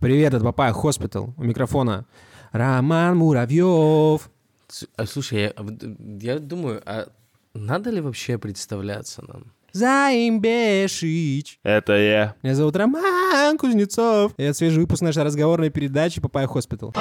Привет, это Папая Хоспитал. У микрофона Роман Муравьев. С- а, Слушай, я, а вот, э, я думаю, а надо ли вообще представляться нам? Заимбешич. Это я. Меня зовут Роман Кузнецов. И Это свежий выпуск нашей разговорной передачи Папая Хоспитал.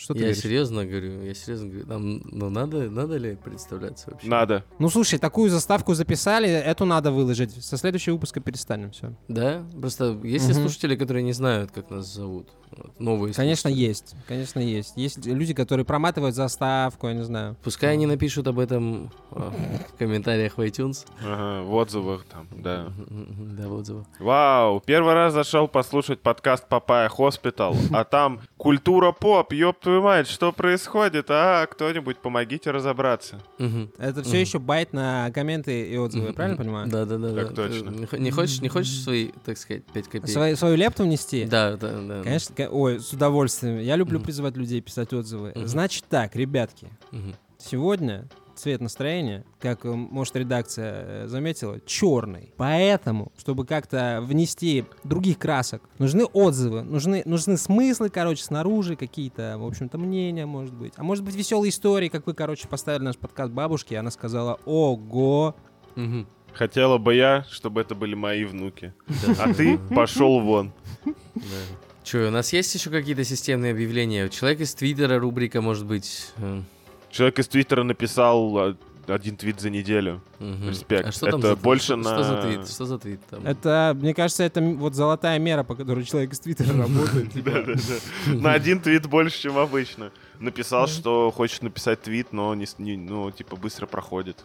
Что Ну, ты я говоришь? серьезно говорю, я серьезно говорю. Нам, ну надо, надо ли представляться вообще? Надо. Ну слушай, такую заставку записали, эту надо выложить. Со следующего выпуска перестанем все. Да? Просто есть ли Мгм. слушатели, которые не знают, как нас зовут. Вот, новые Конечно, слушатели. есть. Конечно, есть. Есть люди, которые проматывают заставку, я не знаю. Пускай они напишут об этом э, в комментариях в iTunes. Ага, в отзывах там, да. Мгм, Да, в отзывах. Вау, первый раз зашел послушать подкаст Папая Хоспитал, а там культура поп, ёб твою мать, что происходит? А, кто-нибудь помогите разобраться. Мгм. Это все еще байт на комменты и отзывы, я правильно понимаю? Да, да, да. Так да. точно. Ты Не, хо- не хочешь, не хочешь свои, так сказать, 5 копеек? Свою, свою лепту внести? Да, да, да. Конечно, ка- ой, с удовольствием. Я люблю Мгм. призывать людей писать отзывы. Мгм. Значит так, ребятки, Мгм. сегодня цвет настроения, как, э, может, редакция э, заметила, черный. Поэтому, чтобы как-то внести других красок, нужны отзывы, нужны, нужны смыслы, короче, снаружи, какие-то, в общем-то, мнения, может быть. А может быть, веселые истории, как вы, короче, поставили наш подкаст бабушке, и она сказала, ого, Мгм. Хотела бы я, чтобы это были мои внуки. А ты пошел вон. Че, у нас есть еще какие-то системные объявления? Человек из Твиттера, рубрика, может быть. э, Человек из Твиттера написал а, один твит за неделю. мгм. Респект. А что там Это за- больше что- на- Что за твит? Что за твит там? Это, мне кажется, это м- вот золотая мера, по которой человек из Твиттера работает. типа. Да-да-да. На один твит больше, чем обычно. Написал, что хочет написать твит, но не, с- не- ну, типа, быстро проходит.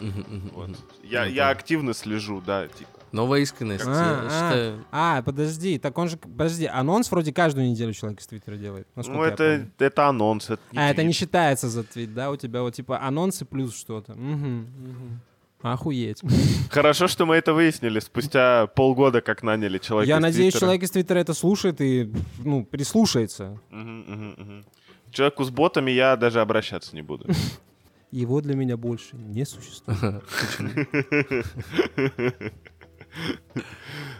Мгм, мгм, Вот. мгм. Я, Ну, я да. активно слежу, да, типа. Новая искренность. Я А, а. считаю- А, подожди, так он же, подожди, анонс вроде каждую неделю человек из Твиттера делает. насколько Ну, я это, помню. это анонс. Это А, это не твит. считается за твит, да? У тебя вот типа анонсы плюс что-то. Мгм, мгм. Охуеть. Хорошо, что мы это выяснили спустя полгода, как наняли человека Я из надеюсь, Твиттера. человек из Твиттера это слушает и, ну, прислушается. Мгм, мгм, мгм. Человеку с ботами я даже обращаться не буду. Его для меня больше не существует. Не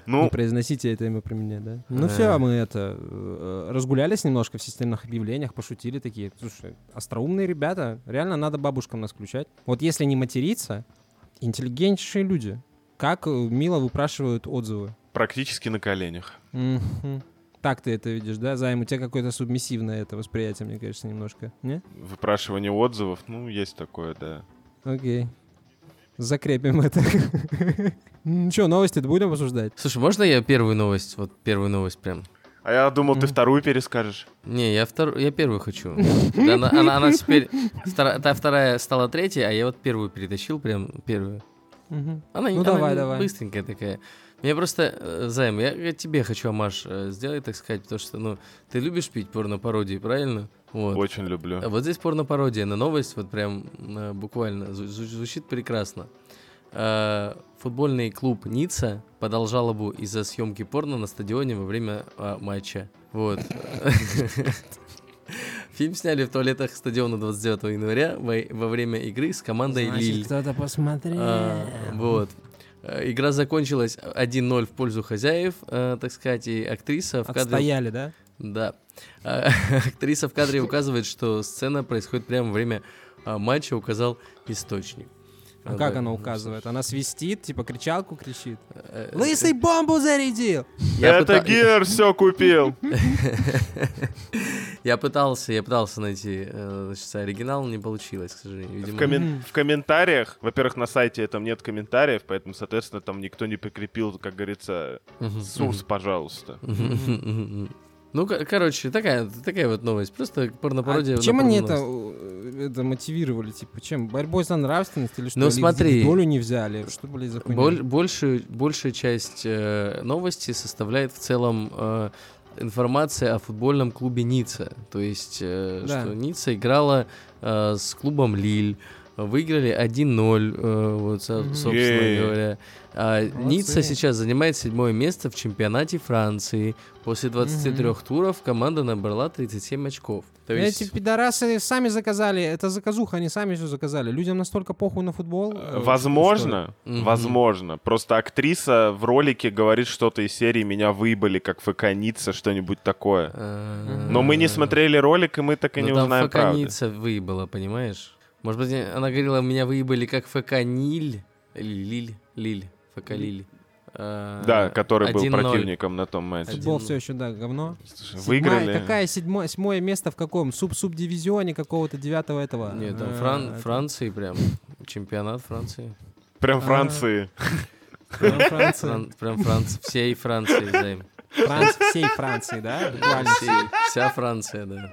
Ну, произносите это имя про меня, да? Ну Да. все, мы это э, разгулялись немножко в системных объявлениях, пошутили такие. Слушай, остроумные ребята, реально надо бабушкам нас включать. Вот если не материться, интеллигентнейшие люди. Как э, мило выпрашивают отзывы. практически на коленях. Мгм. Так ты это видишь, да, Займ? У тебя какое-то субмиссивное это восприятие, мне кажется, немножко. Не? Выпрашивание отзывов, ну, есть такое, да. Окей. Закрепим это. Ну что, новости-то будем обсуждать? Слушай, можно я первую новость? Вот первую новость прям. А я думал, ты Мгм. вторую перескажешь. Не, я вторую, я первую хочу. Да, Она, она- она теперь втора- та вторая стала третьей, а я вот первую перетащил прям первую. Мгм. Она, Ну, она давай, не- давай. быстренькая такая. Мне просто, э, Займ, я, я тебе хочу амаш э, сделать, так сказать, потому что, ну, ты любишь пить порно-пародии, правильно? Вот. Очень люблю. А Вот здесь порно-пародия на новость, вот прям э, буквально, зву- зву- звучит прекрасно. Э, Футбольный клуб Ницца подал жалобу из-за съемки порно на стадионе во время а, матча. Вот. Фильм сняли в туалетах стадиона 29 января во во время игры с командой Значит, Лиль. кто-то посмотрел. А, Вот. Э, Игра закончилась 1-0 в пользу хозяев, э, так сказать, и актриса в кадре Отстояли, да? да. А, Актриса в кадре указывает, что сцена происходит прямо во время а, матча, указал источник. А А, как да. она указывает? Она свистит, типа кричалку кричит. Э, э, Лысый Ну, бомбу зарядил! Я, это пыта- Гер все купил. я пытался, я пытался найти э, значит, оригинал, не получилось, к сожалению. В, Видимо, коммен- в комментариях, во-первых, на сайте там нет комментариев, поэтому, соответственно, там никто не прикрепил, как говорится, Мгм. Сурс, пожалуйста. Мгм. Ну, ко- короче, такая, такая вот новость. Просто порнопародия. А на чем они это, порноновость. э, это мотивировали? Типа, чем? Борьбой за нравственность или что? Ну, Или смотри. их долю не взяли? Что, блин, за хуйня? Боль- большую, большая часть э, новости составляет в целом э, информация о футбольном клубе Ницца. То есть, э, Да. что Ницца играла э, с клубом Лиль. Выиграли 1-0, э, вот, со- Мгм. собственно Е-е-е. говоря. А Молодцы. Ницца сейчас занимает седьмое место в чемпионате Франции. После 23 Мгм. туров команда набрала 37 очков. То есть... Ну, Эти пидорасы сами заказали, это заказуха, они сами все заказали. Людям настолько похуй на футбол. э, Возможно, Мгм. возможно. Просто актриса в ролике говорит что-то из серии «Меня выебали, как факаница», что-нибудь такое. э, Но мы не смотрели ролик, и мы так и Ну, но не там узнаем правды. факаница выебала, понимаешь? Может быть, э, она говорила, меня выебали как факаниль. Или лиль. Лиль. Факалиль. Э, Да, который был 1-0. противником на том что матче. Один- Футбол все еще, да, говно. Слушай, Седьмая- Выиграли. какая седьмое, седьмое место в каком? Суб-субдивизионе какого-то девятого этого. Нет, там Э, Фран- это- Франции прям. Чемпионат Франции. А. Прям Франции. Фран- Франция. Фран- Прям Франция. Всей Франции взаим. Франц- всей Франции, да? Буквально. Всей- Вся Франция, да.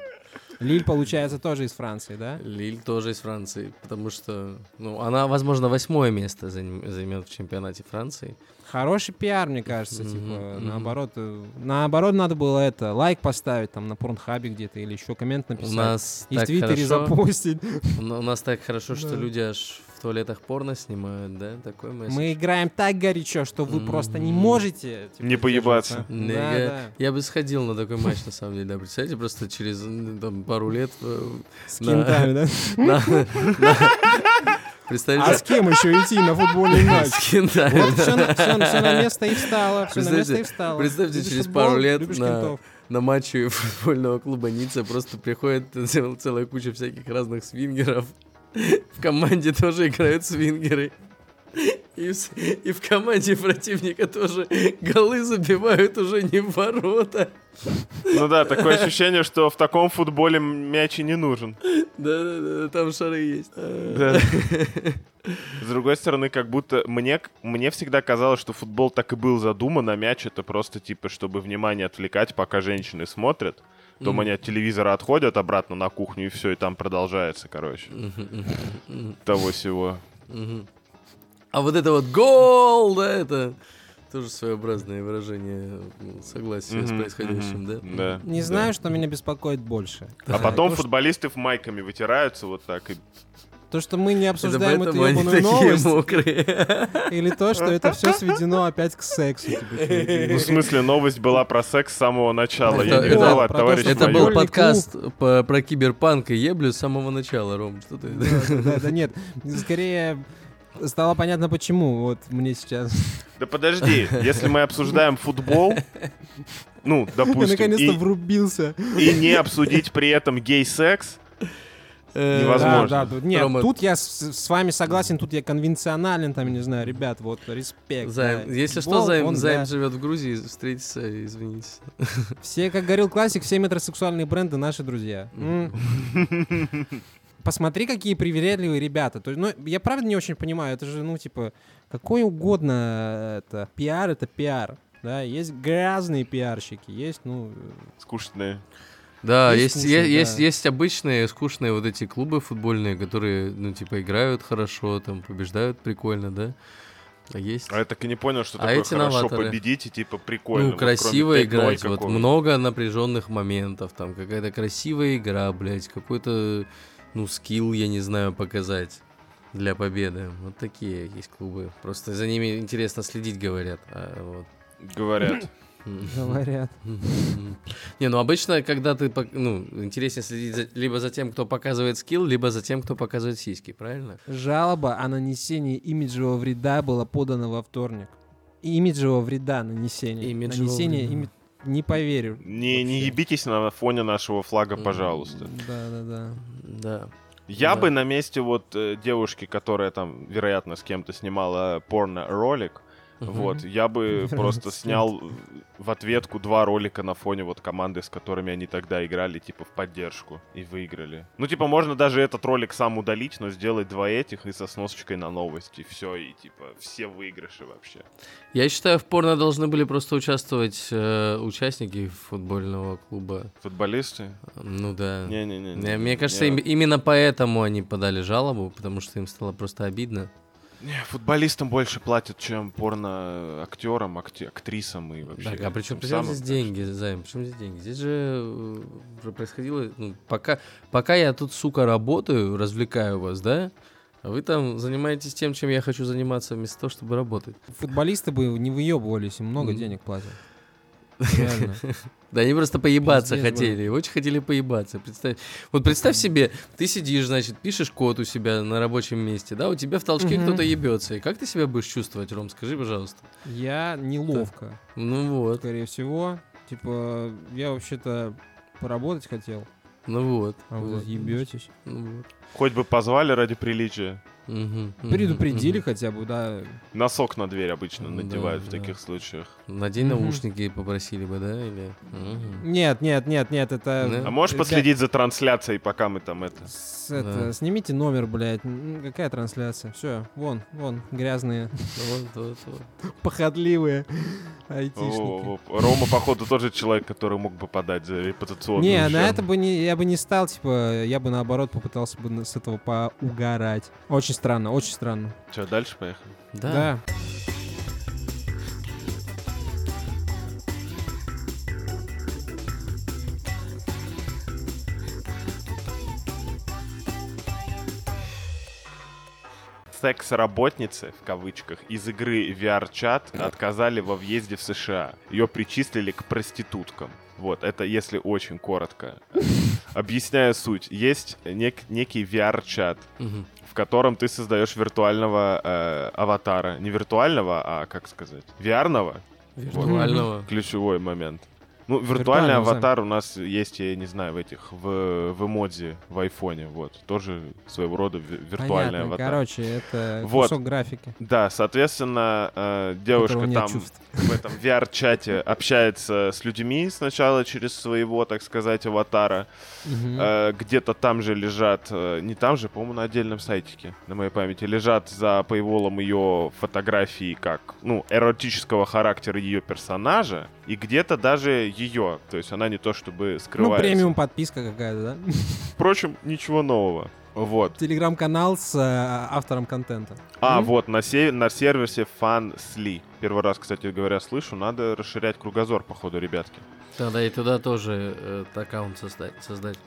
Лиль, получается, тоже из Франции, да? Лиль тоже из Франции, потому что, ну, она, возможно, восьмое место заним- займет в чемпионате Франции. Хороший пиар, мне кажется, типа, Мгм, мгм. наоборот, э, наоборот, надо было это, лайк поставить там на Порнхабе где-то или еще коммент написать. У нас и в так Твиттере хорошо, запустить. но у нас так хорошо, что Да. люди аж в туалетах порно снимают, да, такой месседж. Мы играем так горячо, что вы просто не Мгм. можете... типа, Не поебаться. сдерживаться. Нега. Да, да. Я бы сходил на такой матч, на самом деле, да, представляете, просто через ну, там, пару лет... э, С Да. кентами, да? на- на- А с Представляете, кем еще идти на футбольный матч? с кентами, Вот да. все, на место и встало. Все на место Представьте- и встало. представьте, Любишь через футбол, пару лет любишь на- кентов. на матче футбольного клуба Ницца просто приходит цел- целая куча всяких разных свингеров. В команде тоже играют свингеры. И в, с- и в команде противника тоже голы забивают уже не в ворота. Ну да, такое ощущение, что в таком футболе мяч и не нужен. Да-да-да, там шары есть. Да. С другой стороны, как будто мне, к- мне всегда казалось, что футбол так и был задуман, а мяч это просто типа, чтобы внимание отвлекать, пока женщины смотрят. Потом Мгм. они от телевизора отходят обратно на кухню, и все, и там продолжается, короче, того всего. Мгм. А вот это вот гол, да, это тоже своеобразное выражение ну, согласия с происходящим, да? Да. Не да. знаю, что меня беспокоит больше. А потом То, что- футболисты в майками вытираются вот так. И... То, что мы не Это обсуждаем эту поэтому они ебаную такие новость, мокрые. или то, что это все сведено опять к сексу. типа, Ну, в смысле, новость была про секс с самого начала. Это- Я не а видал это- от товарища Очень Это полезно. был майора. Футбольный подкаст по- про киберпанк и еблю с самого начала, Ром. Что ты? Да, да, да нет, скорее стало понятно, почему вот мне сейчас. Да подожди, если мы обсуждаем футбол, ну, Я допустим, наконец-то и- врубился. и не обсудить при этом гей-секс, Э, Невозможно. Да, да, тут- нет, Рома- тут я с, с вами согласен, тут я конвенционален, там, не знаю, ребят, вот, респект. Займ. да. Если что, Футбол, Займ, он, Займ да. живет в Грузии, встретится, извините. Все, как говорил классик, все метросексуальные бренды наши друзья. М. Посмотри, какие привередливые ребята. То есть, ну, я правда не очень понимаю, это же, ну, типа, какой угодно э, это пиар, это пиар. Да, есть грязные пиарщики, есть, ну, скучные. Да, Есть есть, вкусные, е- есть, да. есть обычные скучные вот эти клубы футбольные, которые, ну, типа, играют хорошо, там, побеждают прикольно, да? А есть... А я так и не понял, что А такое эти хорошо новаторы. победить и типа прикольно. Ну, вот кроме красиво 5-0 играть, вот какого-нибудь. много напряженных моментов, там какая-то красивая игра, блядь, какой-то, ну, скилл, я не знаю, показать для победы. Вот такие есть клубы. Просто за ними интересно следить, говорят. а, вот. Говорят. э, говорят. Не, ну обычно, когда ты, пок- ну, интереснее следить за- либо за тем, кто показывает скилл, либо за тем, кто показывает сиськи, правильно? Жалоба о нанесении имиджевого вреда была подана во вторник. Имиджевого вреда нанесения. Имиджевого Нанесение вреда. ими- Не поверю. Не, не Вообще. ебитесь на фоне нашего флага, Мгм. пожалуйста. Да, да, да. Да. Я Да. бы на месте вот э, девушки, которая там, вероятно, с кем-то снимала порно-ролик, вот, я бы Вероятно, просто с снял э, в ответку два ролика на фоне вот команды, с которыми они тогда играли, типа, в поддержку и выиграли. Ну, типа, можно даже этот ролик сам удалить, но сделать два этих и со сносочкой на новости. Все, и типа, все выигрыши вообще. Я считаю, в порно должны были просто участвовать э, участники футбольного клуба. Футболисты? Ну да. Не-не-не. Не, Мне кажется, им- Э, не. именно поэтому они подали жалобу, потому что им стало просто обидно. Не, футболистам больше платят, чем порно актерам, акти- актрисам и вообще. Так, а при чем, тем при чем самым, здесь так что- деньги, Займ? При чем здесь деньги? Здесь же э, про- происходило... ну, пока, пока я тут, сука, работаю, развлекаю вас, да? Вы там занимаетесь тем, чем я хочу заниматься, вместо того, чтобы работать. Футболисты бы не выебывались, им много Мгм. денег платят. Реально. Да они просто поебаться Пиздец, хотели, очень хотели поебаться. Представь, вот представь себе, ты сидишь, значит, пишешь код у себя на рабочем месте, да, у тебя в толчке Мгм. кто-то ебется. И как ты себя будешь чувствовать, Ром, скажи, пожалуйста. Я неловко, Ну вот, скорее всего. Типа, я вообще-то поработать хотел, ну вот. а вы вот, тут ебетесь. ну вот. Хоть бы позвали ради приличия. Мгм, мгм, Предупредили мгм. хотя бы, да. Носок на дверь обычно Да, надевают в да. таких случаях. Надень Мгм. наушники попросили бы, да, или... Мгм. Нет, нет, нет, нет, это... Да? А можешь Ребят, последить за трансляцией, пока мы там это... с- это, Да. Снимите номер, блядь. М, Какая трансляция? Все, вон, вон, грязные, Ну вот, вот, вот. похотливые О, айтишники. о, о. Рома, походу, тоже человек, который мог бы подать за репутационный Не, ущерб. на это бы не, я бы не стал, типа, я бы наоборот попытался бы на- с этого поугарать. Очень странно, очень странно. Че, дальше поехали? Да. Секс-работницы, в кавычках, из игры VR-чат отказали во въезде в США. Ее причислили к проституткам. Вот, это если очень коротко. Объясняю суть. Есть нек- некий VR-чат, Мгм. в котором ты создаешь виртуального э, аватара. Не виртуального, а, как сказать, VR-ного. Виртуального. Ключевой момент. Ну, виртуальный Виртуального, аватар у нас есть, я не знаю, в этих, в, в эмодзи, в айфоне, вот. Тоже своего рода ви- виртуальный Понятно, аватар. короче, это Вот. кусок графики. Да, соответственно, э, которого девушка нет там чувств. в этом VR-чате общается с людьми сначала через своего, так сказать, аватара. Мгм. Ну, Э, Где-то там же лежат, э, не там же, по-моему, на отдельном сайтике, на моей памяти, лежат за пейволом ее фотографии как, ну, эротического характера ее персонажа, и где-то даже ее, то есть она не то чтобы Ну, скрывается. премиум подписка какая-то, да? Впрочем, ничего нового. Вот. Телеграм-канал с э, автором контента. А, М? вот, на, се- на сервисе FanSli. Первый раз, кстати говоря, слышу, надо расширять кругозор, походу, ребятки. Тогда и туда тоже э, аккаунт создать. создать.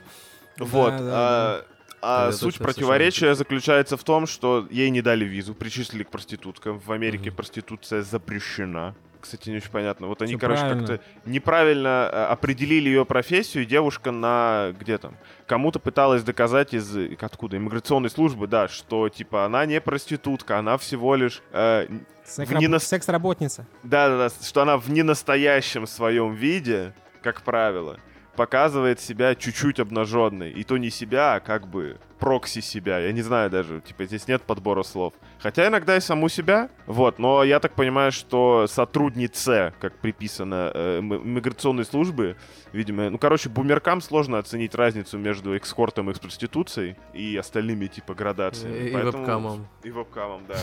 Да, Вот. да, а, а Тогда суть точно противоречия заключается в том, что ей не дали визу, причислили к проституткам. В Америке Мгм. проституция запрещена. Кстати, не очень понятно. Вот они, Всё короче, правильно. как-то неправильно э, определили ее профессию, и девушка на где там? Кому-то пыталась доказать из э, откуда? Иммиграционной службы, да, что типа она не проститутка, она всего лишь э, Секс-раб- Не на- Секс-работница. да-да-да, что она в ненастоящем своем виде, как правило, показывает себя чуть-чуть обнаженной. И то не себя, а как бы прокси себя. Я не знаю даже, типа здесь нет подбора слов. Хотя иногда и саму себя. Вот, но я так понимаю, что сотруднице, как приписано э, м- миграционной службы, видимо, ну, короче, бумеркам сложно оценить разницу между экскортом и проституцией и остальными типа градациями. И- и Поэтому- вебкамом. и вебкамом, да.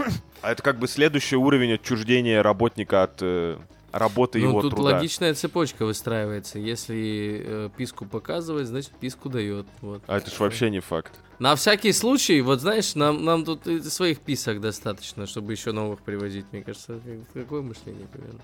А это как бы следующий уровень отчуждения работника от э, работы ну, его тут труда. логичная цепочка выстраивается. Если э, писку показывает, значит писку дает. Вот. А это ж вообще не факт. На всякий случай, вот знаешь, нам, нам тут и своих писок достаточно, чтобы еще новых привозить, мне кажется. как- Какое мышление, примерно.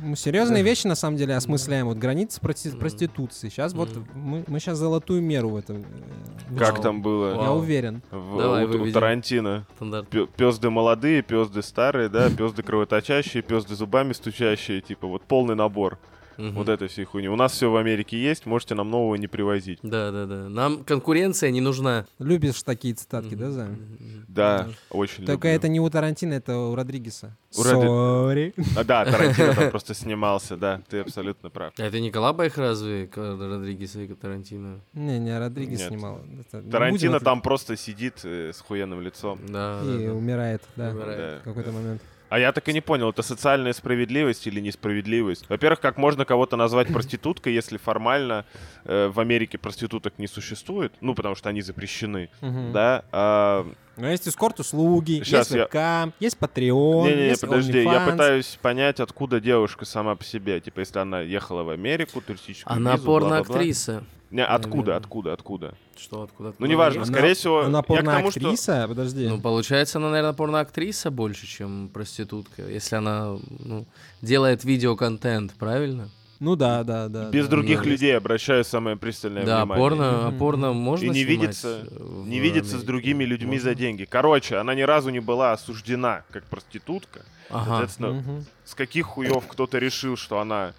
Ну, Серьезные Да. вещи на самом деле осмысляем. Вот границы прости- Мгм. проституции. Сейчас вот Мгм. мы, мы сейчас золотую меру в этом. э, Как Вау. вычислим. там было Я Ну, Вау. уверен. в- Давай, у- у, выведем. Тарантино? Стандарт. Пезды молодые, пезды старые, да, пезды кровоточащие, пезды зубами стучащие, типа вот полный набор Мгм. вот этой всей хуйни. У нас все в Америке есть, можете нам нового не привозить. Да, да, да. Нам конкуренция не нужна. Любишь такие цитатки, да, Мгм, Займ? мгм. Да, Да. очень Только люблю. а это не у Тарантино, это у Родригеса. У Родри- Сори. А, да, Тарантино там просто снимался, да, ты абсолютно прав. А это не их разве, К- Родригес и Тарантино? Не, не, Родригес Нет. снимал. Это- не будем Тарантино это- там просто сидит э, с хуенным лицом. Да, И да, да. умирает, да. Умирает. Да. В какой-то момент. А я так и не понял, это социальная справедливость или несправедливость? Во-первых, как можно кого-то назвать проституткой, если формально э, в Америке проституток не существует? Ну, потому что они запрещены, Мгм. да? А, Ну, есть эскорт-услуги, Щас есть я- вебкам, есть Patreon, Не-не-не, есть подожди, я OnlyFans. пытаюсь понять, откуда девушка сама по себе. Типа, если она ехала в Америку, туристическую Она визу, бла-бла-бла. порноактриса. Не, откуда, Наверное. откуда, откуда? Что, откуда? откуда Ну, она неважно, есть? Она- скорее всего... Она я к тому, что- порноактриса, подожди. Ну, получается, она, наверное, порноактриса больше, чем проститутка, если она ну, делает видеоконтент, правильно? Ну да, да, да. Без да. других много. людей обращаю самое пристальное Да, внимание. порно, а Мгм. порно можно И не снимать, видеться- э, в Не видеться с Америке? другими людьми Можно. за деньги. Короче, она ни разу не была осуждена как проститутка. Ага. Соответственно, Мгм. с каких хуев кто-то решил, что она...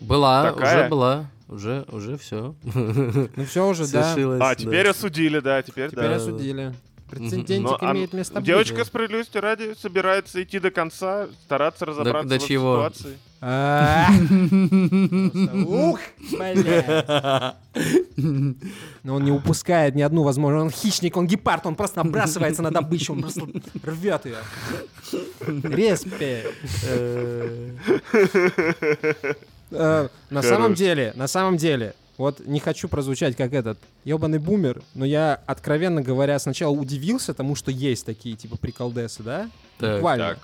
Была, Такая? уже была. Уже, уже все. Ну все уже, да. Свершилось. А, теперь да. осудили, да, теперь Теперь да. осудили. Но Прецедентик ан- имеет место быть. Девочка, справедливости ради, собирается идти до конца, стараться разобраться до в этой чего? ситуации. А. Просто, Ух, блядь. Но он не упускает ни одну возможность. Он хищник, он гепард, он просто набрасывается на добычу, он просто рвет ее. Респе. Э, На Хорош. самом деле, на самом деле, вот не хочу прозвучать как этот ебаный бумер, но я, откровенно говоря, сначала удивился тому, что есть такие типа приколдесы, да? Так, Буквально. Ну, то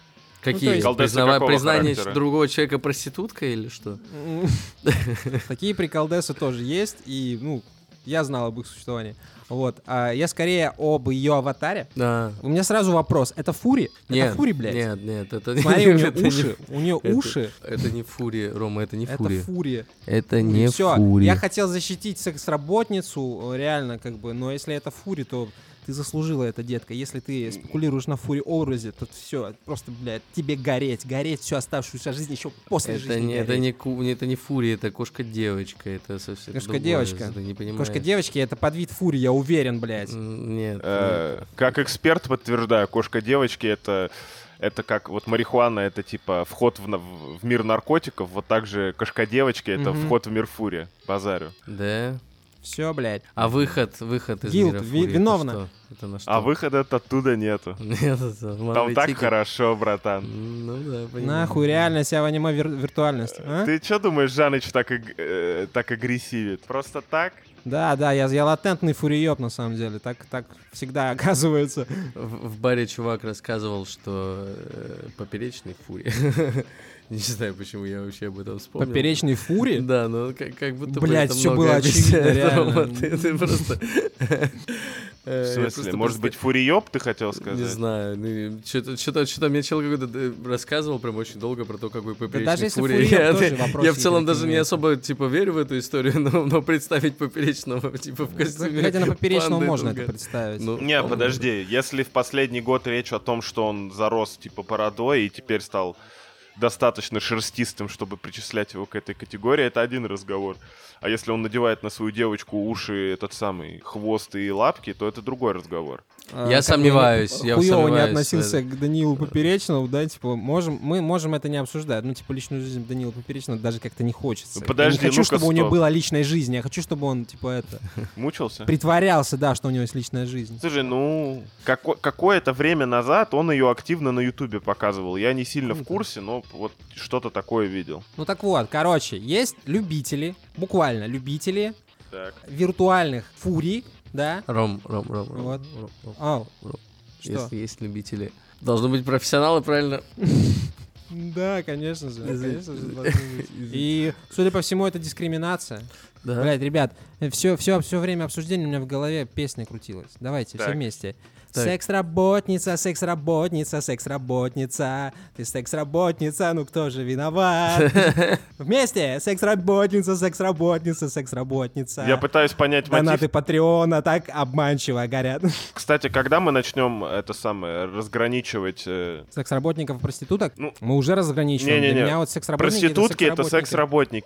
Какие? есть- Колдесы Признава- какого Признание характера? другого человека проститутка или что? М. Такие приколдесы тоже есть, и, ну, я знал об их существовании. Вот. а я скорее об ее аватаре. Да. У меня сразу вопрос. Это Фури? Нет, это Фури, блядь? Нет, нет, это Смотри, у нее это не- уши. У нее это- уши. Это не фури, Рома, это не Это фури. Фури. Это не Все, фури. я хотел защитить секс-работницу, э, реально, как бы, но если это Фури, то ты заслужила это, детка. Если ты спекулируешь на Фури образе, то все, просто, блядь, тебе гореть, гореть всю оставшуюся жизнь еще после Это жизни. не, это гореть. не ку- не- это не фури, это кошка девочка, это совсем Кошка-девочка. другое, ты не понимаешь. Кошка девочки, это подвид Фури, я уверен, блядь. М, Нет. Э, Как эксперт подтверждаю, кошка девочки это это как вот марихуана это типа вход в, на- в мир наркотиков, вот так же кошка девочки это Мгм. вход в мир фури, базарю. нет. Да. Все, блядь. А выход, выход из Guilt, мира ви- фури, это виновна. что? Это на что? А выхода это оттуда нету. Нет, это Там обманный так тикет. хорошо, братан. М, Ну да, понимаю. Нахуй реально себя в аниме вир- виртуальность. а? Ты что думаешь, Жаныч так, аг- э, так агрессивит? Просто так? Да, да, я, я латентный фуриёб, на самом деле. Так, так всегда оказывается. В, в баре чувак рассказывал, что э, поперечный фури. Не знаю, почему я вообще об этом вспомнил. Поперечный фури? Да, ну как, как будто бы Блядь, это всё многое было очевидно, объясняет, реально. Рома, ты- ты просто... В Э, я смысле? просто Может просто быть, фуриёб ты хотел сказать? Не знаю, ну, что-то, что-то, что-то мне чел какой-то э, рассказывал прям очень долго про то, какой поперечный даже если фури. фури, там я, тоже я вопросики в целом какие-то даже не имеются. особо, типа, верю в эту историю, но, но представить поперечного, типа, в костюме Хотя Ну, на поперечном панды можно друга. это представить. Ну, Не, вполне. подожди, если в последний год речь о том, что он зарос типа породой и теперь стал достаточно шерстистым, чтобы причислять его к этой категории, это один разговор. А если он надевает на свою девочку уши, этот самый хвост и лапки, то это другой разговор. А, как я бы сомневаюсь, я хуёво не сомневаюсь, относился к Даниилу Поперечному, да, типа, можем, мы можем это не обсуждать. Ну, типа, личную жизнь Даниила Поперечного даже как-то не хочется. Ну, подожди, я не хочу, ну-ка, чтобы у него стоп. была личная жизнь, я хочу, чтобы он, типа, это, Мучился? притворялся, да, что у него есть личная жизнь. Слушай, ну, како- какое-то время назад он ее активно на Ютубе показывал. Я не сильно в Круто. курсе, но вот что-то такое видел. Ну, так вот, короче, есть любители, буквально любители Так. виртуальных фурий, да, Ром, Ром, Ром, Ром, Вот. Ром, Ром. Ау. Ром. Что? Если есть любители. Должны быть профессионалы, правильно? Да, конечно же. Извини. Конечно же должны быть. И, судя по всему, это дискриминация. Да. Блять, ребят, все, все, все время обсуждения у меня в голове песня крутилась. Давайте, все Так. вместе. Так. Секс-работница, секс-работница, секс-работница. Ты секс-работница, ну кто же виноват? Вместе! Секс-работница, секс-работница, секс-работница. Я пытаюсь понять мотив Донаты Патреона так обманчиво горят. Кстати, когда мы начнем это самое разграничивать? э, Секс-работников и проституток? Ну, Мы уже разграничиваем. не-не-не. Для меня вот секс-работники Проститутки это секс-работники.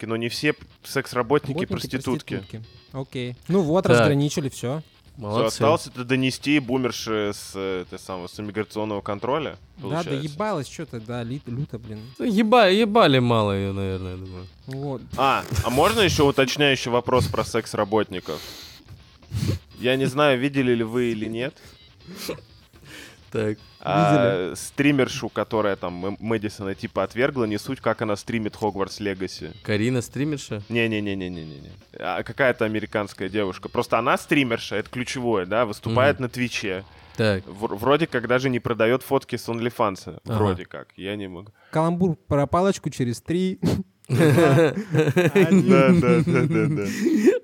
секс-работники, но не все п- секс-работники Работники, проститутки. Окей. Ну вот, Так. разграничили, все. Всё, Молодцы. Осталось это донести бумерши с, э, те самого, с иммиграционного контроля. Да, да получается. ебалось что-то, да, ли- люто, блин. Ну, еба- ебали мало ее, наверное, я думаю. Вот. А, а можно еще уточняющий вопрос про секс-работников? Я не знаю, видели ли вы или нет. Так. а, стримершу, которая там М- Мэдисона типа отвергла, не суть, как она стримит Хогвартс Легаси. Карина стримерша? Не-не-не-не-не-не. А какая-то американская девушка. Просто она стримерша, это ключевое, да, выступает Мгм. на Твиче. Так. В- вроде как даже не продает фотки с OnlyFans. Ага. Вроде как, я не могу. Каламбур про палочку через три. А, Да, да, да, да, да.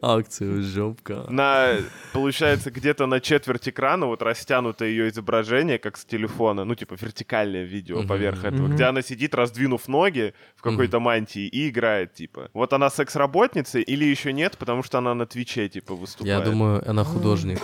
Акцию жопка. На, получается, где-то на четверть экрана вот растянуто ее изображение, как с телефона, ну, типа, вертикальное видео Мгм. поверх этого, Мгм. где она сидит, раздвинув ноги в какой-то мантии и играет, типа. Вот она секс-работница или еще нет, потому что она на Твиче, типа, Я выступает. думаю, она художник.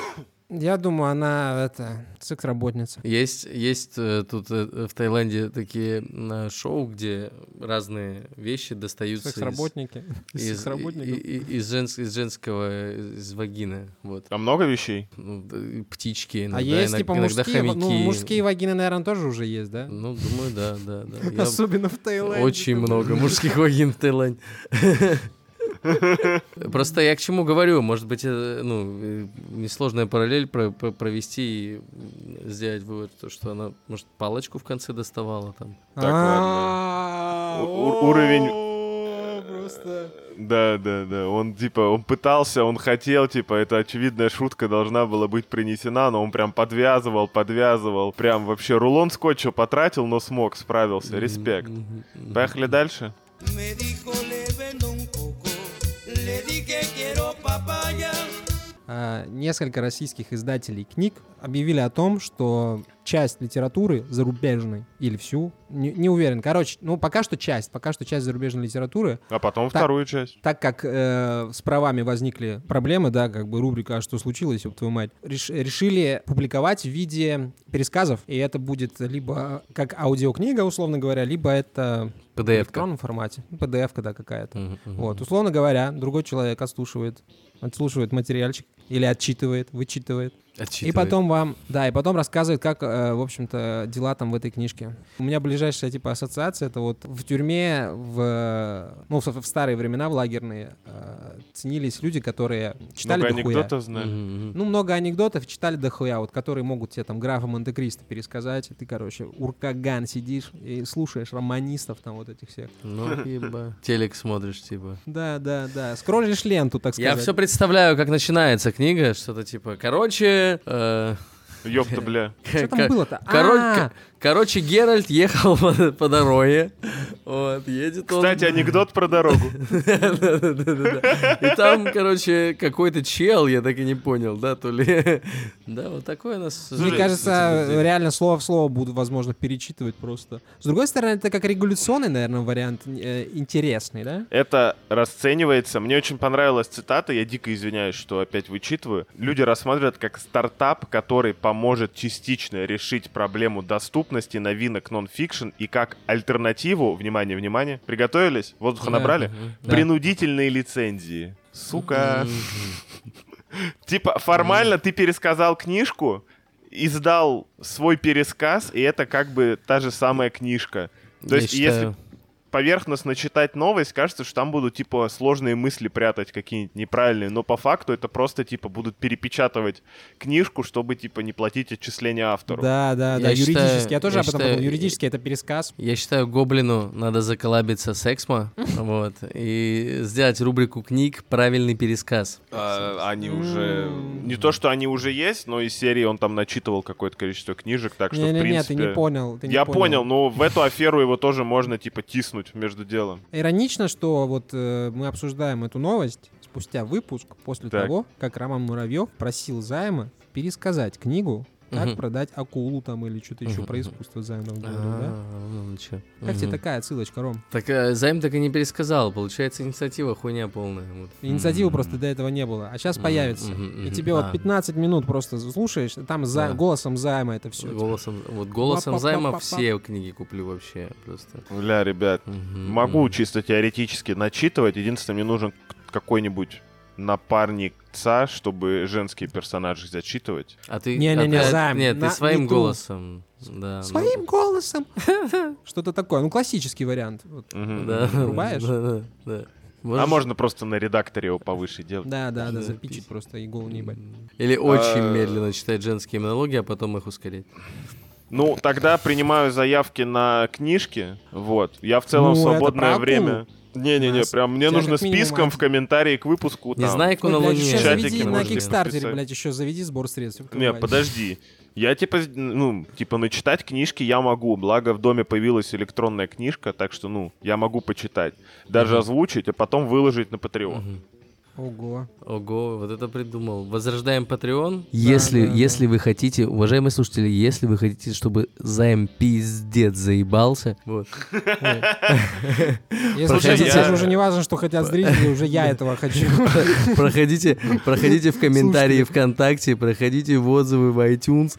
Я думаю, она это секс-работница. Есть, есть э, тут э, в Таиланде такие м, шоу, где разные вещи достаются из, Секс-работники. из- Секс-работников. и- и- из женс- из женского, из вагины. Вот. А много вещей? Ну, да, и птички иногда, А есть, иногда- типа, иногда мужские, ну, хомяки. мужские вагины, наверное, тоже уже есть, да? Ну, думаю, да, да, да. Я Особенно в Таиланде. Очень много мужских вагин в Таиланде. Просто я к чему говорю, может быть, э, ну, э, несложная параллель про- про- провести и сделать вывод, то, что она, может, палочку в конце доставала там. Так, А, У- у- уровень- Да, да, да. Он типа, он пытался, он хотел, типа, это очевидная шутка должна была быть принесена, но он прям подвязывал, подвязывал, прям вообще рулон скотча потратил, но смог, справился. Респект. Мгм. Поехали дальше. Me dijo le vendo un coco, le dije quiero papaya. А, Несколько российских издателей книг объявили о том, что часть литературы зарубежной или всю, не, не уверен. Короче, ну пока что часть, пока что часть зарубежной литературы А потом Так. вторую часть. Так как э, с правами возникли проблемы, да, как бы рубрика «А что случилось, ёб твою мать», реш- решили публиковать в виде пересказов, и это будет либо как аудиокнига, условно говоря, либо это в PDF. -ка. электронном формате, Ну, PDF-ка, да, какая-то. Мгм, мгм. Вот, условно говоря, другой человек отслушивает, отслушивает материальчик или отчитывает, вычитывает. Отчитывает. И потом вам, да, и потом рассказывает, как, э, в общем-то, дела там в этой книжке. У меня ближайшая, типа, ассоциация, это вот в тюрьме, в, э, ну, в, в старые времена, в лагерные, э, ценились люди, которые читали Много дохуя. анекдотов знали. Мгм, мгм. Ну, много анекдотов читали дохуя, вот, которые могут тебе там графа Монте-Кристо пересказать, и ты, короче, уркаган сидишь и слушаешь романистов там вот этих всех. Ну, еба. Телек смотришь, типа. Да, да, да, скроллишь ленту, так сказать. Я все представляю, как начинается книга, что-то типа, короче, э, Ёпта, бля. Что там было-то? Король- А, Короче, Геральт ехал по, по дороге. Вот, едет он. Кстати, анекдот про дорогу. Да-да-да-да-да. И там, короче, какой-то чел, я так и не понял, да, то ли... Да, вот такое у нас... Мне Слушай, кажется, реально слово в слово буду, возможно, перечитывать просто. С другой стороны, это как регуляционный, наверное, вариант э, интересный, да? Это расценивается. Мне очень понравилась цитата, я дико извиняюсь, что опять вычитываю. Люди рассматривают как стартап, который поможет частично решить проблему доступности новинок нон-фикшн и как альтернативу, внимание, внимание, приготовились, воздуха набрали, принудительные лицензии. Сука. Типа формально ты пересказал книжку, издал свой пересказ, и это как бы та же самая книжка. То есть, если поверхностно читать новость, кажется, что там будут, типа, сложные мысли прятать какие-нибудь неправильные, но по факту это просто, типа, будут перепечатывать книжку, чтобы, типа, не платить отчисления автору. Да, да, Я да. юридически. считаю- я тоже я об этом считаю- э, подумал. Юридически это пересказ. Я считаю, Гоблину надо заколабиться с Эксмо, вот, и сделать рубрику книг «Правильный пересказ». А, они уже- Не то, что они уже есть, но из серии он там начитывал какое-то количество книжек, так что, в Не-не-не, принципе... ты не понял. ты не Я понял, но в эту аферу его тоже можно, типа, тиснуть между делом. Иронично, что вот э, мы обсуждаем эту новость спустя выпуск, после Так. того, как Роман Муравьев просил займа пересказать книгу «Как Мгм. продать акулу» там или что-то еще Мгм, про мгм. искусство займа. да? А, ну, ну чё. Как тебе Мгм. такая отсылочка, Ром? Так э, займ так и не пересказал. Получается, инициатива хуйня полная. Вот. Инициативы просто до этого не было, а сейчас Мгм, появится. мгм, И мгм. тебе А. вот 15 минут просто слушаешь, и там за- Да. голосом займа это Типа, все. Голосом, вот голосом Пап-пап-пап-пап. займа все книги куплю вообще просто. Бля, ребят, Мгм, Могу мгм. чисто теоретически начитывать. Единственное, мне нужен к- какой-нибудь напарница, чтобы женские персонажи зачитывать. А ты, Не-не-не, а ты- а- займ, Нет, на- ты своим не ту. голосом. Да, ну, Своим голосом! Что-то такое. Ну, классический вариант. Вот. Мгм. ну, да. Врубаешь? Да, да, да. А Можешь- можно просто на редакторе его повыше делать. Да, да, да, Запись. запичить просто и голову не ебать. Или очень А. медленно читать женские монологи, а потом их ускорить. Ну, тогда принимаю заявки на книжки. Вот. Я в Ну, целом в это про свободное акул. время. Не-не-не, Нас- прям мне тебя нужно как минимум списком один. в комментарии к выпуску Не там. знаю, как Ой, на блядь, Луне. еще чатике заведи на можете Кикстартере, написать. блядь, еще заведи сбор средств. ёб твою Не, мать. подожди. Я типа, с- ну, типа начитать книжки я могу, благо в доме появилась электронная книжка, так что, ну, я могу почитать. Даже Мгм. озвучить, а потом выложить на Patreon. Мгм. Ого. Ого, вот это придумал. Возрождаем Patreon. Если- Если, да, если вы хотите, уважаемые слушатели, если вы хотите, чтобы займ пиздец заебался, вот, Если Слушай, честно, я- даже уже не важно, что хотят зрители, уже я этого хочу. проходите, проходите в комментарии ВКонтакте, проходите в отзывы в iTunes.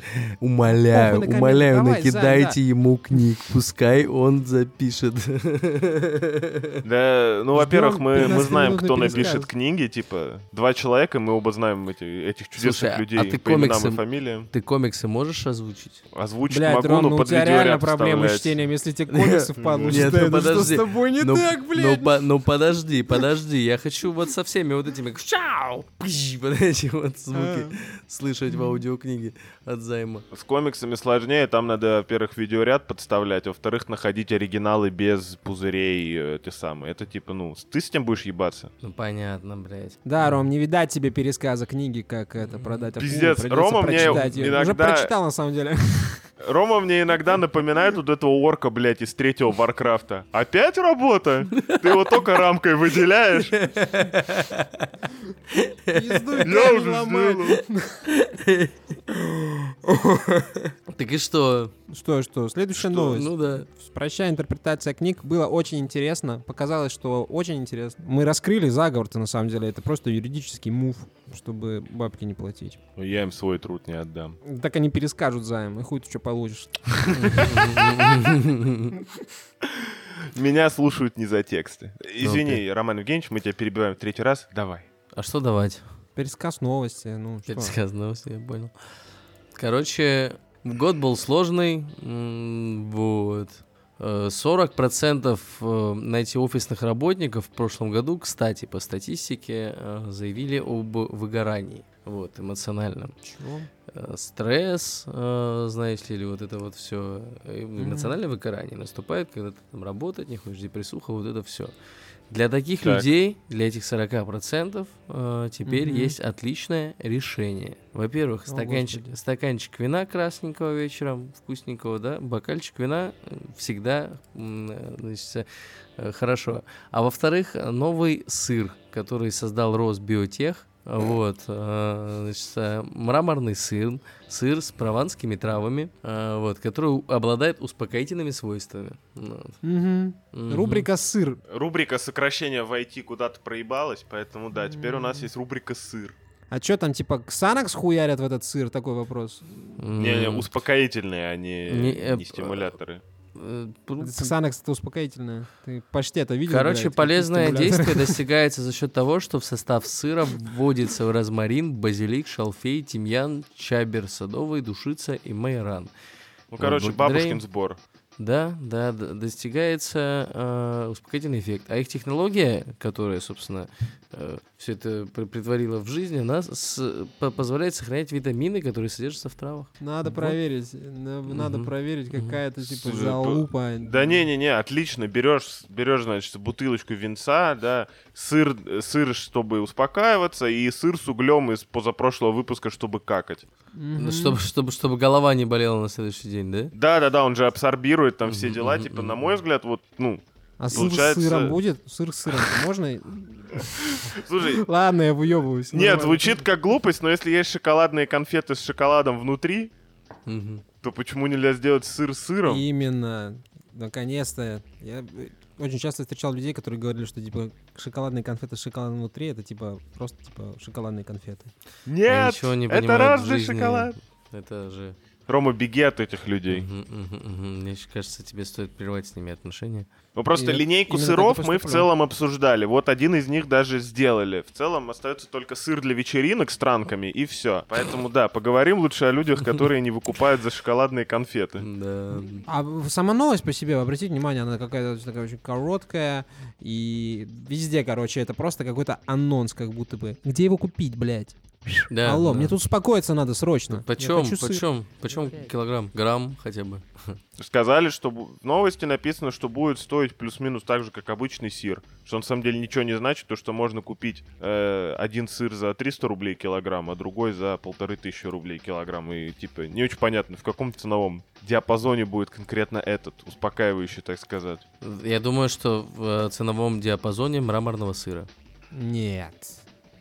Ох, вы Умоляю, на комменты, умоляю, давай, накидайте Займ, ему книг, пускай он запишет. Да, ну, Ждём ну, во-первых, мы, мы 15 знаем, минутный кто пересказ. напишет книги, типа, два человека, мы оба знаем эти, этих чудесных Слушай, а людей ты по именам комиксы- и фамилиям. Ты комиксы можешь озвучить? Озвучить Блядь, могу, Ром, но ну у под тебя реально видеоряд проблемы с вставлять. чтением, если тебе комиксов получится. Нет, ну Да Что с подожди. тобой не Ну, так, ну, блядь? по- ну подожди, подожди, я хочу вот со всеми вот этими «кшау», «пыщ», вот эти вот А. звуки слышать в аудиокниге от займа. С комиксами сложнее, там надо, во-первых, видеоряд подставлять, во-вторых, находить оригиналы без пузырей, э, те самые. Это типа, ну, с- ты с этим будешь ебаться. Ну понятно, блядь. Да, Ром, не видать тебе пересказа книги, как это продать акулу. Пиздец, придётся Рома мне прочитать её. Уже иногда- прочитал, на самом деле. Рома мне иногда напоминает вот этого орка, блядь, из третьего Варкрафта. Опять работа? Ты его только рамкой выделяешь? Пиздуй, Я камень уже ломай. сделал. Так и что? Что, что, следующая Что? новость. Ну да. Прощай, интерпретация книг. Было очень интересно. Показалось, что очень интересно. Мы раскрыли заговор-то, на самом деле. Это просто юридический мув, чтобы бабки не платить. Ну, Я им свой труд не отдам. Так они перескажут займ, и хуй ты что получишь. Меня слушают не за тексты. Извини, Роман Евгеньевич, мы тебя перебиваем в третий раз. Давай. А что давать? Пересказ новости, ну что. Пересказано все, я понял. Короче, год был сложный. м, Вот. Э, 40% э, найти офисных работников в прошлом году, кстати, по статистике, э, заявили об выгорании. Вот, эмоциональном. Чего? Э, Стресс, э, знаете ли, вот это вот все эмоциональное выгорание наступает, когда ты там работать не хочешь, депрессуха, вот это все. Для таких Так. людей, для этих 40%, э, теперь Мгм. есть отличное решение. Во-первых, О, стаканчик, Господи. стаканчик вина красненького вечером, вкусненького, да, бокальчик вина э, всегда, м, э, значит, э, хорошо. А во-вторых, э, новый сыр, который создал Росбиотех, вот, э, значит, э, мраморный сыр, сыр с прованскими травами, э, вот, который обладает успокоительными свойствами. Вот. Мгм. Мгм. Рубрика «Сыр». Рубрика сокращения войти куда-то проебалась, поэтому да, теперь у нас есть рубрика сыр. А что там, типа, ксанакс хуярят в этот сыр? Такой вопрос. М, Не-не, успокоительные, а не, Не, э, не э, стимуляторы. Ну, пру- Ксанакс это успокоительное. Ты почти это видел? Короче, блядь, полезное какие стимуляторы? действие достигается за счет того, что в состав сыра вводится розмарин, базилик, шалфей, тимьян, чабер садовый, душица и майоран. э, Ну, короче, благодаря бабушкин им- сбор. Да, да, д- достигается э, успокоительный эффект. А их технология, которая, собственно, все это пр- притворила в жизни, она с- по- позволяет сохранять витамины, которые содержатся в травах. Надо Вот. проверить. на- Надо Мгм. проверить, Мгм. какая это, типа, Слушай, залупа. Да не-не-не, отлично, берешь, берешь, значит, бутылочку винца, да, сыр, э, сыр, чтобы успокаиваться, и сыр с углем из позапрошлого выпуска, чтобы какать. Мгм. Ну, Чтобы, чтобы, чтобы голова не болела на следующий день, да? Да-да-да, он же абсорбирует там все Мгм, дела, мгм, типа, мгм. на мой взгляд, вот, ну, А сыр с получается- сыром будет? Сыр с сыром можно? слушай, Ладно, я выебываюсь. нет, звучит как глупость, но если есть шоколадные конфеты с шоколадом внутри, Мгм. то почему нельзя сделать сыр с сыром? Именно. Наконец-то. Я э, очень часто встречал людей, которые говорили, что типа шоколадные конфеты с шоколадом внутри это типа просто типа шоколадные конфеты. Я Нет, ничего не это понимаю в разный жизни. шоколад. Это же... Рома, беги от этих людей. Мгм, мгм, мгм. Мне щ- кажется, тебе стоит прервать с ними отношения. Ну просто И линейку именно сыров такой мы в поступлен. целом обсуждали. Вот один из них даже сделали. В целом остается только сыр для вечеринок с транками и все. Поэтому да, поговорим лучше о людях, которые не выкупают за шоколадные конфеты. Да. А в- сама новость по себе, обратите внимание, она какая-то очень такая очень короткая и везде, короче, это просто какой-то анонс, как будто бы. Где его купить, блядь? Да, Алло, да. Ну, мне тут успокоиться надо срочно. Я Почем, хочу сыр. почем, почем килограмм? Грамм хотя бы. Сказали, что бу- в новости написано, что будет стоить плюс-минус так же, как обычный сыр. Что на самом деле ничего не значит, то что можно купить э, один сыр за 300 рублей килограмм, а другой за полторы тысячи рублей килограмм. И типа не очень понятно, в каком ценовом диапазоне будет конкретно этот, успокаивающий, так сказать. Я думаю, что в э, ценовом диапазоне мраморного сыра. Нет.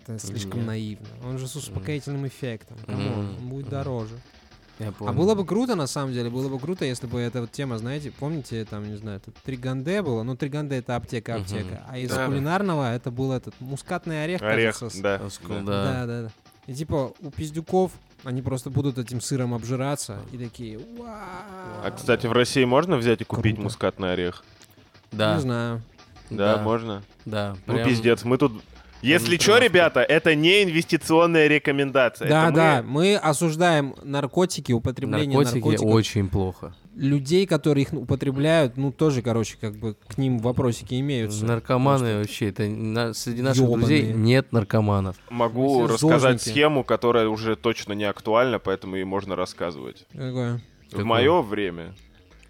Это слишком Нет. наивно. Он же с успокоительным эффектом. Камон, Мгм. он будет Мгм. дороже. Я А помню. было бы круто, на самом деле, было бы круто, если бы эта вот тема, знаете, помните, там, не знаю, тут Триганде было, ну, Триганде — это аптека, Мгм. аптека, а из Да. кулинарного это был этот мускатный орех, Орех, кажется, с- да. А, ск- да. Да. Да, да, да. И типа у пиздюков они просто будут этим сыром обжираться и такие, «Уа». А, кстати, в России можно взять и купить Круто. мускатный орех? не Да. знаю. Да, Да. можно? Да. Ну, прям- пиздец, мы тут... Если прям что, просто. ребята, это не инвестиционная рекомендация. Да, Это да, мы- мы осуждаем наркотики, употребление Наркотики наркотиков. очень плохо. Людей, которые их употребляют, ну тоже, короче, как бы к ним вопросики имеются. Наркоманы вообще, это на- среди наших друзей Ёбаные. нет наркоманов. Могу Мы все рассказать зожники. схему, которая уже точно не актуальна, поэтому ее можно рассказывать. Такое. Какую? В мое время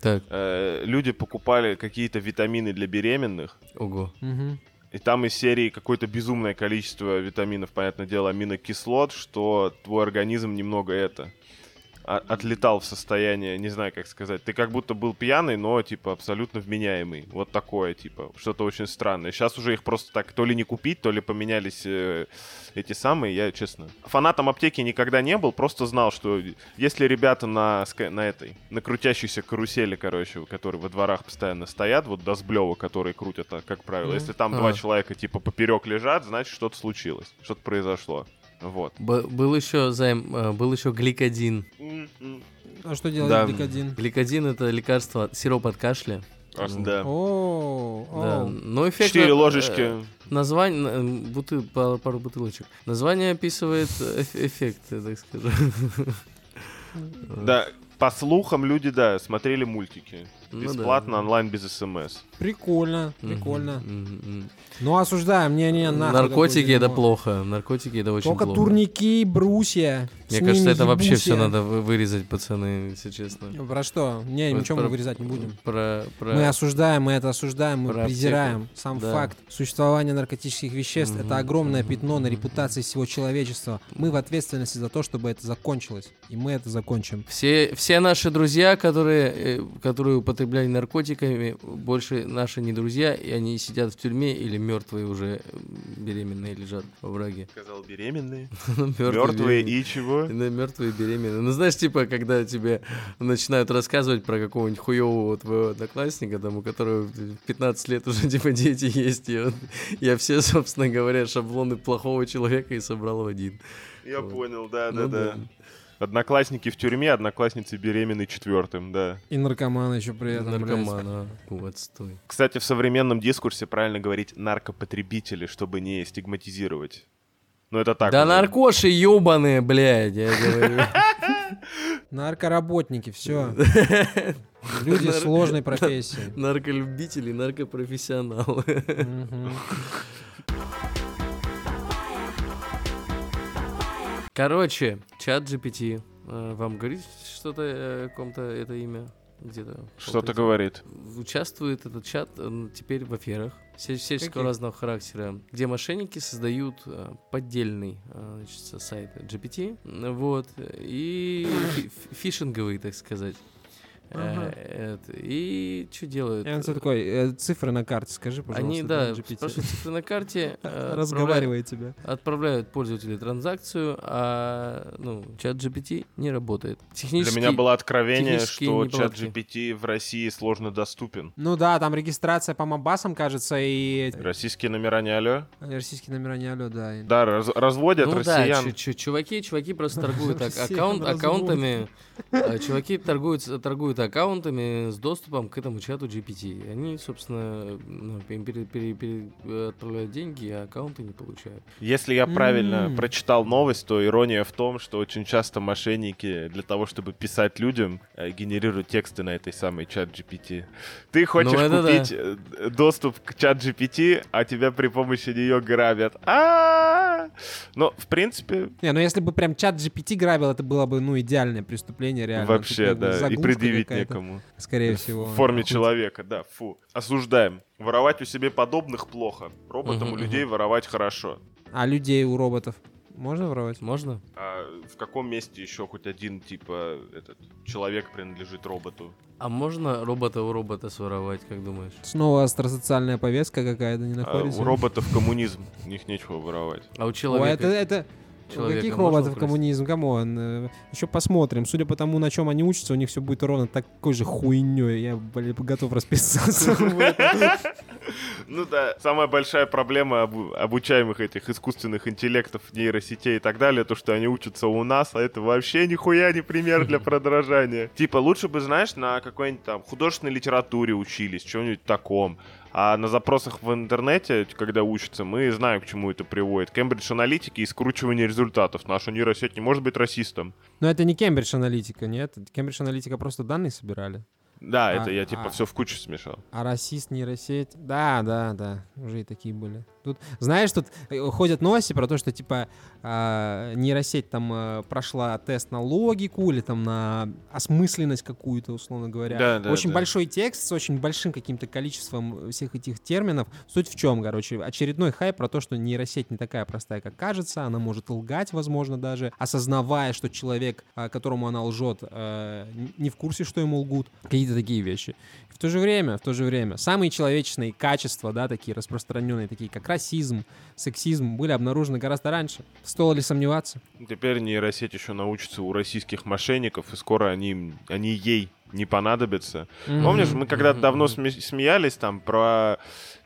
Так, э, люди покупали какие-то витамины для беременных, ого. Мгм. и там из серии какое-то безумное количество витаминов, понятное дело, аминокислот, что твой организм немного это а- отлетал в состояние, не знаю, как сказать. Ты как будто был пьяный, но, типа, абсолютно вменяемый. Вот такое, типа, что-то очень странное. Сейчас уже их просто так то ли не купить, то ли поменялись э, эти самые. Я, честно, фанатом аптеки никогда не был, просто знал, что если ребята на, ска- на этой, на крутящейся карусели, короче, которые во дворах постоянно стоят, вот до сблева, которые крутят, а, как правило, Мгм. если там А. два человека, типа, поперек лежат, значит, что-то случилось, что-то произошло. Вот. Б- был еще займ, э, был еще гликодин. А что делает Да. гликодин? Гликодин это лекарство, от- сироп от кашля. Да. О, Да. о. Но эффект... Четыре э, ложечки. Название, э, буты- па- пару бутылочек. Название описывает эф- эффект, я так скажу. Да, по слухам люди, да, смотрели мультики. Ну да. Бесплатно, онлайн, без смс. прикольно, Мгм, прикольно. мгм, мгм. Ну осуждаем, не, не, нахуй такое Наркотики это дерьмо. плохо, наркотики это очень Только плохо. турники, брусья. Мне с кажется, ними это вообще все ебуся. надо вы- вырезать, пацаны, если честно. Про что? Не, Вот ничего про- мы вырезать не будем. Про, про... Мы осуждаем, мы это осуждаем, мы Про аптеку. презираем. Сам Да. факт существования наркотических веществ Мгм, это огромное мгм, пятно на мгм. репутации всего человечества. Мы в ответственности за то, чтобы это закончилось. И мы это закончим. Все, все наши друзья, которые, э, которые употребляли наркотиками, больше наши не друзья, и они сидят в тюрьме или мертвые уже э, беременные лежат во враге. Сказал беременные. Ну, Мертвые беременные. и чего? Да, мертвые беременные. Ну, знаешь, типа, когда тебе начинают рассказывать про какого-нибудь хуевого твоего одноклассника, там, у которого в 15 лет уже, типа, дети есть, и он- я все, собственно говоря, шаблоны плохого человека и собрал в один. Я Вот. понял, да, да, Ну да. Одноклассники в тюрьме, одноклассницы беременны четвертым, да. И наркоманы еще при этом. блядь. Наркоман, а. Ну, отстой. Кстати, в современном дискурсе правильно говорить наркопотребители, чтобы не стигматизировать. Ну это так. Да уже. наркоши ебаные, блядь, я говорю. Наркоработники, все. Люди сложной профессии. Нарколюбители, наркопрофессионалы. Мгм. Короче, чат GPT. э, Вам говорит что-то э, о ком-то это имя? Где-то. Что-то Вот эти- говорит. Участвует этот чат э, теперь в аферах все- всяческого Каких? разного характера, где мошенники создают э, поддельный э, значит, со- сайт GPT, м, вот, и фи- фи- фишинговый, так сказать. Э, Ага. это, и что делают? Я на всё такой, э, цифры на карте, скажи, пожалуйста. Они, да, GPT. спрашивают цифры на карте, э, отправляют- Разговаривает тебя. отправляют пользователю транзакцию, а ну, чат GPT не работает. Для Технически меня было откровение, технические что чат неполадки. GPT в России сложно доступен. Ну да, там регистрация по мобасам, кажется, и э, Российские номера не алё. российские номера не алё, да. и- Да, раз- разводят ну россиян. да, чу- чу- чуваки, чуваки просто торгуют ак- Россиян аккаунт, разводят. аккаунтами, э, чуваки торгуют, торгуют какими-то аккаунтами с доступом к этому чату GPT. И они, собственно, ну, им пере- пере- пере- отправляют деньги, а аккаунты не получают. Если я правильно М. прочитал новость, то ирония в том, что очень часто мошенники для того, чтобы писать людям, э, генерируют тексты на этой самой чат GPT. Ты хочешь это да. купить э, доступ к чат GPT, а тебя при помощи нее грабят. А, но в принципе Не, ну если бы прям чат GPT грабил, это было бы, ну, идеальное преступление реально. Тут вообще ну, как бы да и заглушка предъявить какая-то, некому. Скорее всего. В форме человека, да, фу. Осуждаем. Воровать у себе подобных плохо. Роботам Мгм, у людей воровать хорошо. А людей у роботов можно воровать? Можно? А в каком месте еще хоть один, типа, этот человек принадлежит роботу? А можно робота у робота своровать, как думаешь? Снова астросоциальная повестка какая-то не А, находится. у роботов коммунизм, у них нечего воровать. А у Ой, это, человека... это... у человека Каких можно роботов украсть? коммунизм? Камон. Еще посмотрим. Судя по тому, на чем они учатся, у них все будет ровно такой же хуйней. Я, блин, готов расписаться. в этом. Ну да, самая большая проблема обу- обучаемых этих искусственных интеллектов, нейросетей и так далее, то, что они учатся у нас, а это вообще нихуя не пример для продражания. Типа, лучше бы, знаешь, на какой-нибудь там художественной литературе учились, чем-нибудь таком. А на запросах в интернете, когда учатся, мы знаем, к чему это приводит. Кембридж аналитики и скручивание результатов. Наша нейросеть не может быть расистом. Но это не Кембридж аналитика, нет. Кембридж аналитика просто данные собирали. Да, А, это я а. типа все в кучу смешал. А расист, нейросеть. Да, да, да. Уже и такие были. Тут, знаешь, тут э, ходят новости про то, что типа а, нейросеть там э, прошла тест на логику или там на осмысленность какую-то, условно говоря. Да, да, очень да. большой текст с очень большим каким-то количеством всех этих терминов. Суть в чем, короче, очередной хайп про то, что нейросеть не такая простая, как кажется, она может лгать, возможно, даже осознавая, что человек, а, которому она лжет, э, н- не в курсе, что ему лгут. Какие-то такие вещи. В то же время, в то же время, самые человечные качества, да, такие распространенные, такие как расизм, сексизм, были обнаружены гораздо раньше. Стоило ли сомневаться? Теперь нейросеть еще научится у российских мошенников, и скоро они, им- они ей не понадобятся. Помнишь, мы когда-то давно сме- смеялись там про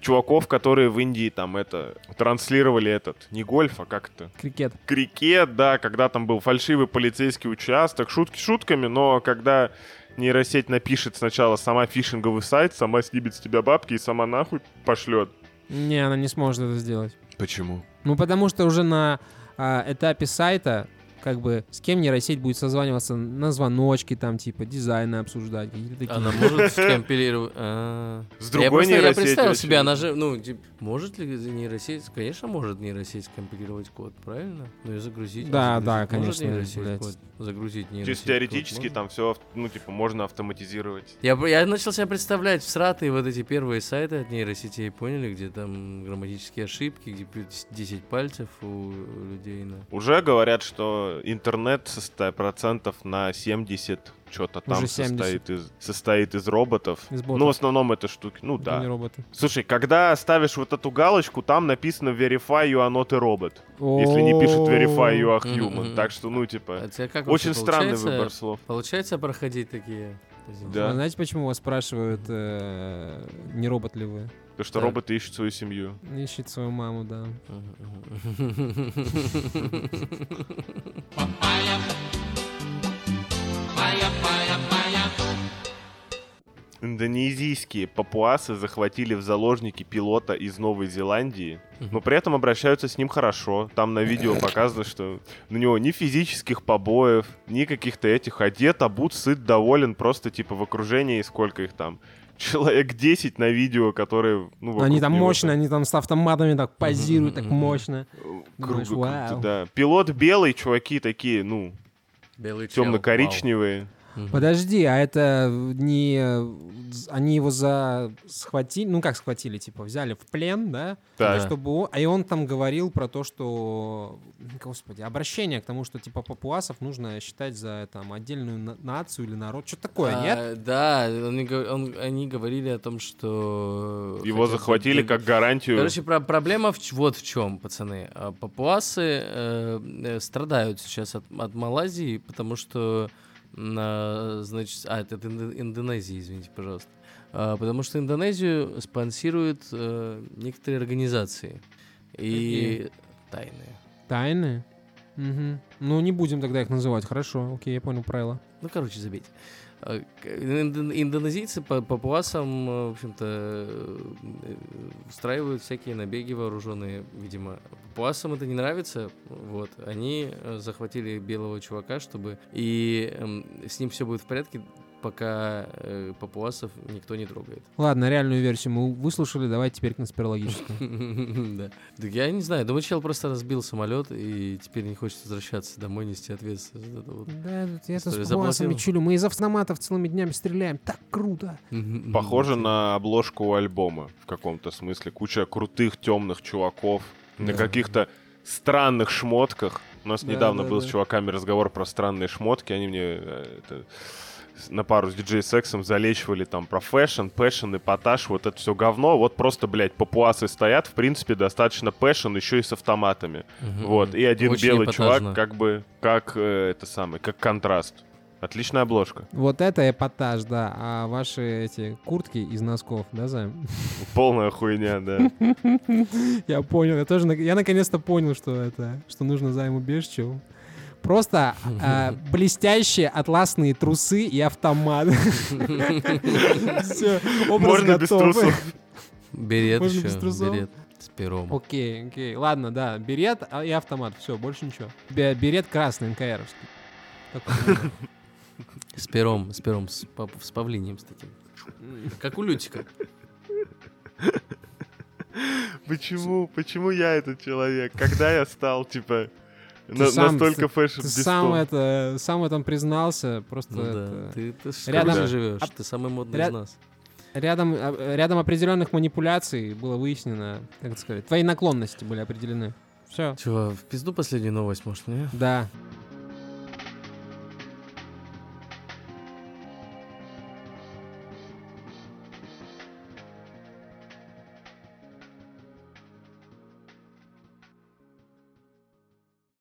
чуваков, которые в Индии там это транслировали этот не гольф, а как это Крикет. крикет, да, когда там был фальшивый полицейский участок, шутки шутками, но когда нейросеть напишет сначала сама фишинговый сайт, сама снимет с тебя бабки и сама нахуй пошлет. Не, она не сможет это сделать. Почему? Ну, потому что уже на а, этапе сайта, как бы, с кем нейросеть будет созваниваться на звоночки, там, типа, дизайны обсуждать. какие-то такие. Она может скомпилировать... А. С я, другой просто, я нейросетью представил очень- себе, она же, ну, типа, может ли нейросеть, конечно, может нейросеть скомпилировать код, правильно? Ну и загрузить. Да, загрузить да, может конечно, нейросеть блядь. код? Загрузить То нейросеть. есть код теоретически можно? там все, ну типа можно автоматизировать. Я, б- я начал себя представлять всратые вот эти первые сайты от нейросетей, поняли, где там грамматические ошибки, где пи- 10 пальцев у людей на... Уже говорят, что интернет состоит процентов на 70 что-то там Уже 70. состоит из, состоит из роботов. Из ботов. ну, в основном это штуки. Ну Это не да. роботы. Слушай, когда ставишь вот эту галочку, там написано verify you are not a robot. Если не пишет verify you are Мгм, human. мгм. Так что, ну, А типа, тебя как очень вообще странный получается- выбор слов. Получается проходить такие? Да. А Знаете, почему вас спрашивают, э, не робот ли вы? Потому что Так. роботы ищут свою семью. Ищет свою маму, да. Индонезийские папуасы захватили в заложники пилота из Новой Зеландии, Мгм. но при этом обращаются с ним хорошо. Там на видео показано, что у него ни физических побоев, ни каких-то этих одет, обут, сыт, доволен, просто типа в окружении, сколько их там, человек 10 на видео, которые... Ну, вокруг Они там него мощно, они там с автоматами так позируют, так мгм, мгм. мощно. Круга Думаешь, крутят, «Вау». Э, да. Пилот белый, чуваки такие, ну, Белый чел, темно-коричневые. вау. Мгм. Подожди, а это не... э, з- Они его за... схватили, ну как схватили, типа, взяли в плен, да? Да. Да. чтобы он- а и он там говорил про то, что, господи, обращение к тому, что типа папуасов нужно считать за там отдельную на- нацию или народ, что такое, А, нет? Да, он не гов- он- они говорили о том, что... Его хотят захватили добить- как гарантию. Короче, про- проблема в ч- вот в чем, пацаны. А, Папуасы э, э, страдают сейчас от, от Малайзии, потому что, м, а, значит, а это от Индо- Индонезии, извините, пожалуйста, А, потому что Индонезию спонсируют э, некоторые организации и тайные. Тайны. Мгм. Ну не будем тогда их называть, хорошо, окей, я понял правила. Ну, короче, забейте. Э, к- индо- Индонезийцы по папуасам, э, в общем-то, э, устраивают всякие набеги вооруженные, видимо. Папуасам это не нравится, вот. Они э, захватили белого чувака, чтобы... И эм, с ним все будет в порядке, пока э, папуасов никто не трогает. Ладно, реальную версию мы выслушали, давай теперь конспирологическую. Да. Так я не знаю, думаю, чел просто разбил самолет и теперь не хочет возвращаться домой, нести ответственность за это вот. Да, тут я История с папуасами заблокирована. чулю. Мы из автоматов целыми днями стреляем. Так круто. Похоже на обложку альбома в каком-то смысле. Куча крутых темных чуваков на Да. каких-то странных шмотках. У нас Да, недавно да, был да. с чуваками разговор про странные шмотки. Они мне э, это, с- на пару с диджей сексом залечивали там про фэшн, пэшн, эпатаж, вот это все говно. Вот просто, блядь, папуасы стоят, в принципе, достаточно пэшн, еще и с автоматами. Мгм. Вот, и один Очень белый эпатажно. чувак как бы, как э, это самое, как контраст. Отличная обложка. Вот это эпатаж, да. А ваши эти куртки из носков, да, Займ? Полная хуйня, да. Я понял, я тоже, нак- я наконец-то понял, что это, что нужно Займу Бешчеву. Просто а, блестящие атласные трусы и автомат. Все, образ Можно без готов. трусов. Берет Можно без еще, трусов? берет с пером. Окей, окей, ладно, да, берет а, и автомат, все, больше ничего. Бе- Берет красный, НКРовский. Такой, С пером, с пером, с, пап- с павлинием с таким. Как у Лютика. Почему? Почему я этот человек? Когда я стал, типа, на- сам- настолько фэшн Ты сам это, сам в этом признался, просто Ну да, это- ты, ты ж А Рядом- как же живешь, Ап- ты самый модный ря- из нас. рядом, а, рядом определенных манипуляций было выяснено, как это сказать, твои наклонности были определены. Все. Чего, в пизду последнюю новость, может, не? Да.